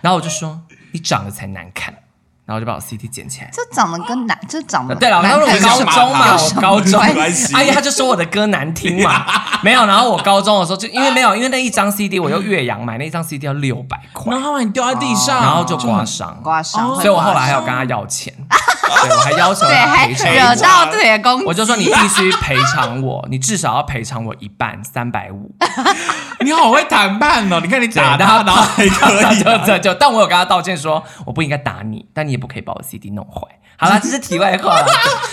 S2: 然后我就说你长得才难看，然后就把我 CD 捡起来。
S1: 这长得跟男，这长得
S2: 呃对了，
S1: 男
S2: 那我
S1: 朋友
S2: 高中嘛，
S1: 有
S2: 我
S1: 什么
S2: 高中
S1: 关
S2: 啊
S1: 系
S3: 关系
S2: 阿姨她就说我的歌难听嘛，没有。然后我高中的时候就因为没有，因为那一张 CD 我又岳阳买那一张 CD 要六百块
S3: 然，后你掉在地上，
S2: 然后就刮伤，
S1: 哦刮伤，
S3: 哦
S1: 会
S2: 所以我后来
S1: 刮
S2: 还
S1: 伤
S2: 要跟他要钱， 对我还要求
S1: 对
S2: 他
S1: 还
S2: 赔偿
S1: 惹
S2: 我。
S1: 到铁公鸡，
S2: 我就说你必须赔偿我，你至少要赔偿我一半，三百五。
S3: 你好会谈判哦！你看你打
S2: 对
S3: 他，然后还可以
S2: 这这就，但我有跟他道歉说，我不应该打你，但你也不可以把我 CD 弄坏。好啦，这是题外 话啦，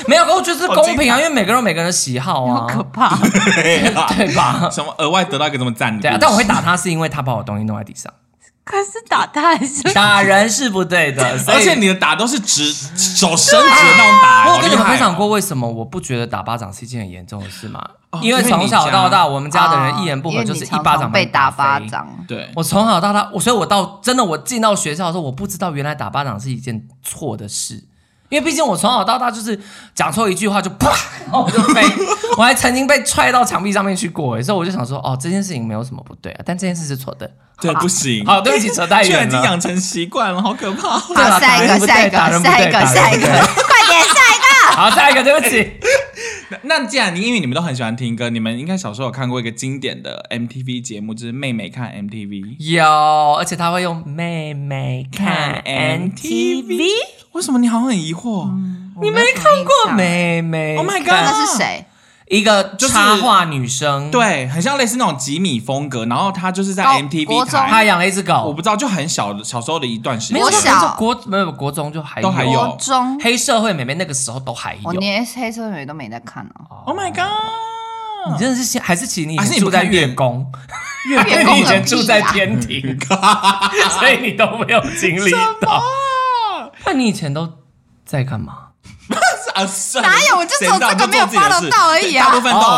S2: 没有，我就是公平啊，因为每个人有每个人的喜好
S1: 好可
S2: 啊，
S1: 怕，
S3: 对啊
S2: 对吧？
S3: 什么额外得到一个这么赞的故事？
S2: 对啊，但我会打他是因为他把我东西弄在地上，
S1: 可是打他还 是
S2: 打人是不对的，所以
S3: 而且你的打都是直手伸直的那种打，
S2: 我有跟你们分享
S3: 讲
S2: 过，为什么我不觉得打巴掌是一件很严重的事吗？
S3: 哦
S2: 因为从小到大，我们家的人一言不
S1: 啊因
S3: 啊
S2: 合
S1: 为
S2: 就是
S1: 你
S2: 一
S1: 常
S2: 巴
S1: 常
S2: 掌
S1: 被打
S2: 打
S1: 巴
S2: 飞。
S1: 掌，
S3: 对，
S2: 我从小到大，我所以，我到真的我进到学校的时候，我不知道原来打巴掌是一件错的事，因为毕竟我从小到大就是讲错一句话就啪， 然后我就飞，我还曾经被踹到墙壁上面去过，所以我就想说，哦，这件事情没有什么不对啊，但这件事是错 的。
S3: 对，不行，
S2: 好，对不起，扯太
S3: 居然
S2: 远
S3: 已经
S2: 了。
S3: 养成习惯了，好可怕。
S2: 对
S1: 好，
S2: 了
S1: 下一个，下一
S2: 打人不对打
S1: 个，
S2: 人不
S1: 下一个，
S2: 对打人不对
S1: 下一个， 快点，下一个，
S2: 好，下一个，对不起。
S3: 那既然你因为你们都很喜欢听歌，你们应该小时候有看过一个经典的 MTV 节目，就是妹妹看 MTV。
S2: 有，而且他会用妹妹看 MTV，
S3: 为什么你好像很疑惑？
S1: 你
S2: 没看过？妹妹
S3: Oh my god
S2: 看
S1: 那是 谁？
S2: 一个
S3: 就是
S2: 插画女生，，
S3: 对，很像类似那种吉米风格，然后她就是在
S1: 高
S3: MTV
S1: 国中
S3: 台，
S2: 她养了一只
S3: 我
S2: 狗，
S3: 不知道，就很小的小时候的一段时间。
S2: 没有
S1: 国
S2: 就
S1: 小
S2: 是国没有国中就还
S3: 都还有
S1: 国中，
S2: 黑社会妹妹那个时候都还有
S1: 我，连黑社会都没在看哦。
S3: Oh my god！
S2: 你真的是现还是其实你以前
S3: 还是你不
S2: 住在
S3: 看电
S2: 月
S3: 影
S2: 宫，
S1: 月
S2: 你
S1: 宫
S2: 以前
S1: 有
S2: 住
S1: 屁
S2: 在
S1: 啊！
S2: 天庭，所以你都没有经历到。那你以前都在干嘛？
S3: 啊，是
S1: 哪有我就只有这个没有 follow 到而已啊
S3: 大部分都有 follow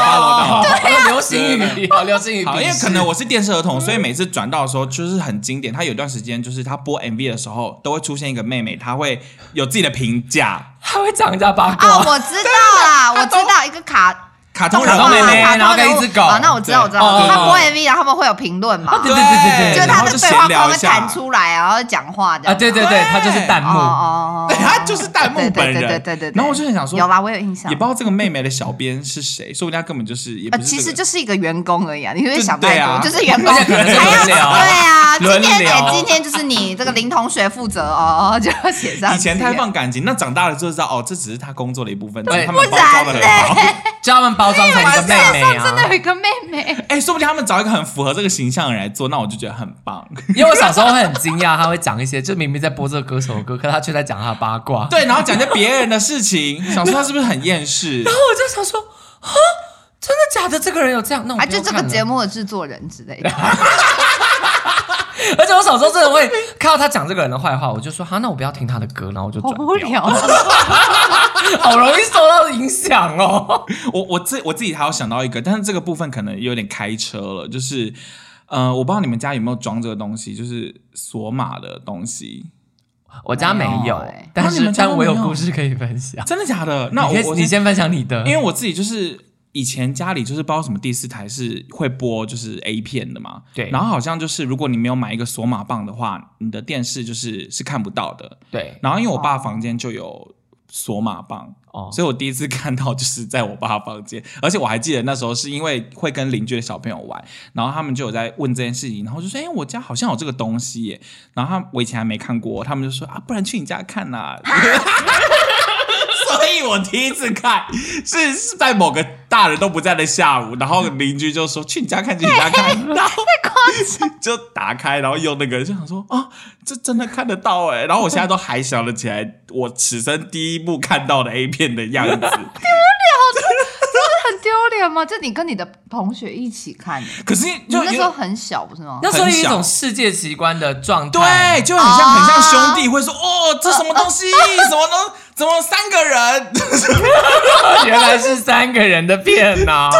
S2: 哦
S3: 到。
S2: 对啊流行语，好，流行语，
S3: 好，因为可能我是电视儿童，所以每次转到的时候就是很经典。他有一段时间就是他播 MV 的时候，都会出现一个妹妹，她会有自己的评价，
S2: 他会讲人家八
S1: 啊，
S2: 卦。
S1: 我知道啦，
S2: 啊
S1: 我知道一个卡
S3: 卡通人
S2: 卡
S3: 物
S2: 通妹妹
S1: 卡通
S2: 然后跟
S1: 人物
S2: 一只狗
S1: 啊，那我知道，我知
S2: 对
S1: 道，
S2: 哦
S1: 他播 MV，然后他们会有评论嘛，
S2: 对对对
S1: 就
S2: 对对对
S1: 是
S3: 然
S1: 他
S3: 后
S1: 的
S3: 就
S1: 对
S3: 闲
S1: 话框
S3: 聊一
S1: 会
S3: 下
S1: 弹出来，然后讲话的
S2: 啊，对对对，他就是弹
S1: 哦
S2: 幕。
S1: 哦 哦，
S3: 对她就是弹幕
S1: 对对
S3: 本人
S1: 对对对对对。
S3: 然后我就很想说
S1: 有啦，我有印象
S3: 也不。知道这个妹妹的小编是谁，说不定她根本就是也
S1: 呃，
S3: 不是这
S1: 其
S3: 个。
S1: 实就是一个员工而已啊，你会不会
S3: 就
S1: 想
S3: 对
S1: 太
S3: 啊
S1: 多，就是员工，
S2: 而且可能是
S1: 还要
S2: 轮流
S1: 对啊，
S2: 轮
S1: 今天
S2: 流
S1: 哎，今天就是你这个林同学负责哦， 就要写上
S3: 以前太
S1: 字眼
S3: 放感情，那长大了就知道哦，这只是她工作的一部分，但
S2: 对
S3: 是他们包装的
S1: 不
S3: 很
S1: 然
S3: 好。
S2: 叫他们包装成一个
S1: 真
S2: 妹妹
S1: 的
S2: 啊
S1: 有。一个妹妹，
S3: 哎、说不定他们找一个很符合这个形象的人来做，那我就觉得很棒。
S2: 因为我小时候会很惊讶，他会讲一些，就明明在播这个歌手的歌，可他却在讲他的八卦。
S3: 对，然后讲些别人的事情，想说他是不是很厌世？
S2: 然后我就想说，啊，真的假的？这个人有这样？那我
S1: 啊，就这个节
S2: 目。
S1: 目的制作人之 类的。
S2: 而且我小时候真的会看到他讲这个人的坏话，我就说，哈，那我不要听他的歌，然后我就
S1: 好
S2: 转
S1: 无
S2: 掉。
S1: 聊，
S2: 好容易受到影响哦。
S3: 我我自我自己还有想到一个，但是这个部分可能有点开车了，就是呃，我不知道你们家有没有装这个东西，就是锁码的东西，
S2: 我家没
S1: 没有
S2: 有
S1: 欸，
S2: 但
S3: 啊你
S2: 是
S3: 们家
S2: 但我有
S3: 没有
S2: 故事可以分享。
S3: 真的假的？那我
S2: 你可以
S3: 我
S2: 你先分享你的，
S3: 因为我自己就是以前家里就是不知道什么第四台是会播就是 A 片的嘛，
S2: 对
S3: 然后好像就是如果你没有买一个锁码棒的话，你的电视就是是看不到的。
S2: 对
S3: 然后因为我爸房间就有索马棒。
S2: 哦
S3: 所以我第一次看到就是在我爸房间，而且我还记得那时候是因为会跟邻居的小朋友玩，然后他们就有在问这件事情，然后就说：“哎、我家好像有这个东西耶。”然后他我以前还没看过，他们就说：“啊，不然去你家看呐、所以我第一次看是在某个大人都不在的下午，然后邻居就说：“去你家看，去你家看。”然后就打开，然后用那个就想说啊，这真的看得到哎、然后我现在都还想得起来，我此生第一部看到的 A 片的样子。
S1: 很丢脸吗？就你跟你的同学一起看，你
S3: 可是就
S1: 那时候很小不是吗？
S2: 那时候有一
S3: 很小
S2: 种世界奇观的状态，
S3: 对，，就很像、
S1: 啊
S3: 很像兄弟会说哦，这什么东西，什么东，怎么三个人？
S2: 原来是三个人的片哦呐、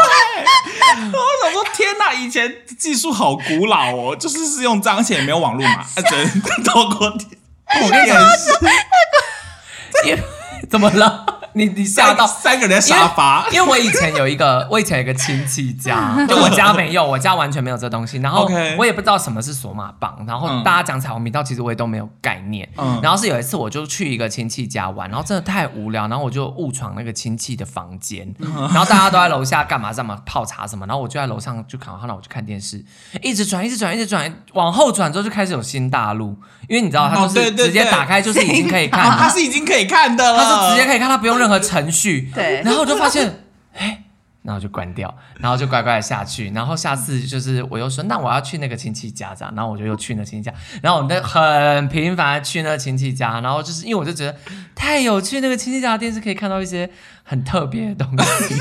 S3: 我想说天哪，以前技术好古老哦，就是是用这样，而且也没有网络 嘛，啊只能透过 电。我跟你讲，
S2: 因为怎么了？ 你你吓
S3: 吓到
S2: 到？
S3: 三个人在沙
S1: 啊
S3: 发。
S2: 因为我以前有一个， 我以前有一个亲戚 家，就我家没有，我家完全没有这东西。然后
S3: OK
S2: 我也不知道什么是索马棒，然后
S3: 嗯
S2: 大家讲彩虹频道，其实我也都没有概念。
S3: 嗯
S2: 然后是有一次我就去一个亲戚家玩，然后真的太无聊，然后我就误闯那个亲戚的房间，
S3: 嗯
S2: 然后大家都在楼下干嘛干嘛泡茶什么，然后我就在楼上就看，然后我就看电视，一直转一直转一直转，往后转之后就开始有新大陆，因为你知道它
S3: 哦
S2: 就
S3: 对
S2: 是
S3: 对
S2: 直接
S3: 对
S2: 打开就是已经可以看
S3: 啊，
S2: 了。
S3: 他是已经可以看的了，
S2: 他是直接可以看，他不用任何程序。
S1: 对
S2: 然后我就发现，哎， 然后就关掉，然后就乖乖的下去。然后下次就是我又说，那我要去那个亲戚家这样，然后我就又去那亲戚家，然后我那很频繁的去那亲戚家，然后就是因为我就觉得太有趣，那个亲戚家的电视可以看到一些很特别的东西。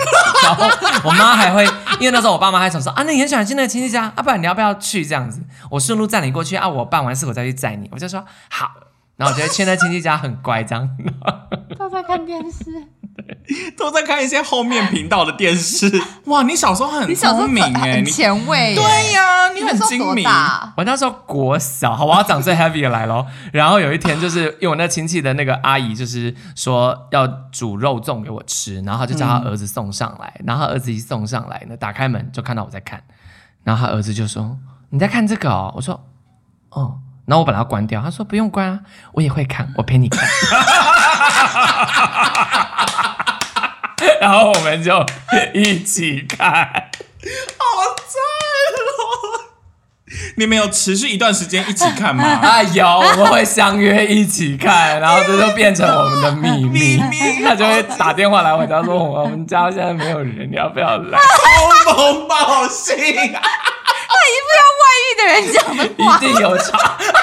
S2: 然后我妈还会，因为那时候我爸妈还想说啊，那你很喜欢去那个亲戚家，啊，不然你要不要去这样子？我顺路载你过去啊，我办完事我再去载你。我就说好。然后我就去那亲戚家很乖，这样，
S1: 都在看电视，
S3: 都在看一些后面频道的电视。 哇，你小时候很
S1: 你小时候
S3: 聪明哎，
S1: 很
S3: 你
S1: 前卫耶，欸
S3: 对呀，你
S1: 那
S3: 很
S1: 时候
S3: 精
S1: 多
S3: 明。
S1: 大？啊
S2: 我那时候国小，好，我要讲最 happy 的来咯。然后有一天，就是因为我那亲戚的那个阿姨，就是说要煮肉粽给我吃，然后她就叫她儿子送上来，然后她儿子一送上来呢，打开门就看到我在看，然后她儿子就说：“你在看这个哦？”我说：“哦。”然后我本来要关掉，他说：“不用关啊，我也会看，我陪你看。” 然后我们就一起看。
S3: 好赞哦！你们有持续一段时间一起看 吗？
S2: 啊，有，我们会相约一起看，然后这就变成我们的秘密。他就会打电话来我家说，我们家现在没有人，你要不要 来？
S3: 好萌好性啊！
S1: 那一定要外遇的人讲 的
S2: 一
S1: 话，
S2: 定有差。哎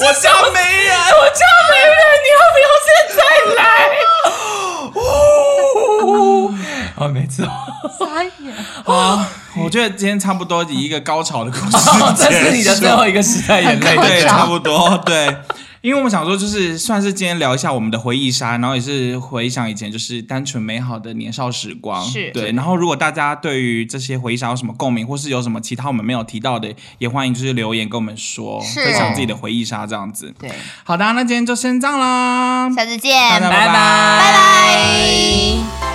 S3: 我家没人，
S2: 我家没人，你要不要现在来？ 哦，哦，没错，
S1: 傻眼。
S3: 我觉得今天差不多以一个高潮的故事
S2: 哦这是你的最后
S3: 一
S2: 一个时代眼泪。
S3: 对，
S1: 高潮
S3: 差不多 对。因为我们想说，就是算是今天聊一下我们的回忆杀，然后也是回想以前就是单纯美好的年少时光。
S1: 是
S3: 对。然后如果大家对于这些回忆杀有什么共鸣，或是有什么其他我们没有提到的，也欢迎就是留言跟我们说，
S1: 是
S3: 分享自己的回忆杀这样子。
S1: 对，
S3: 好的，那今天就先这样啦，
S1: 下次见，
S3: 大家
S2: 拜
S1: 拜
S2: 拜
S1: 拜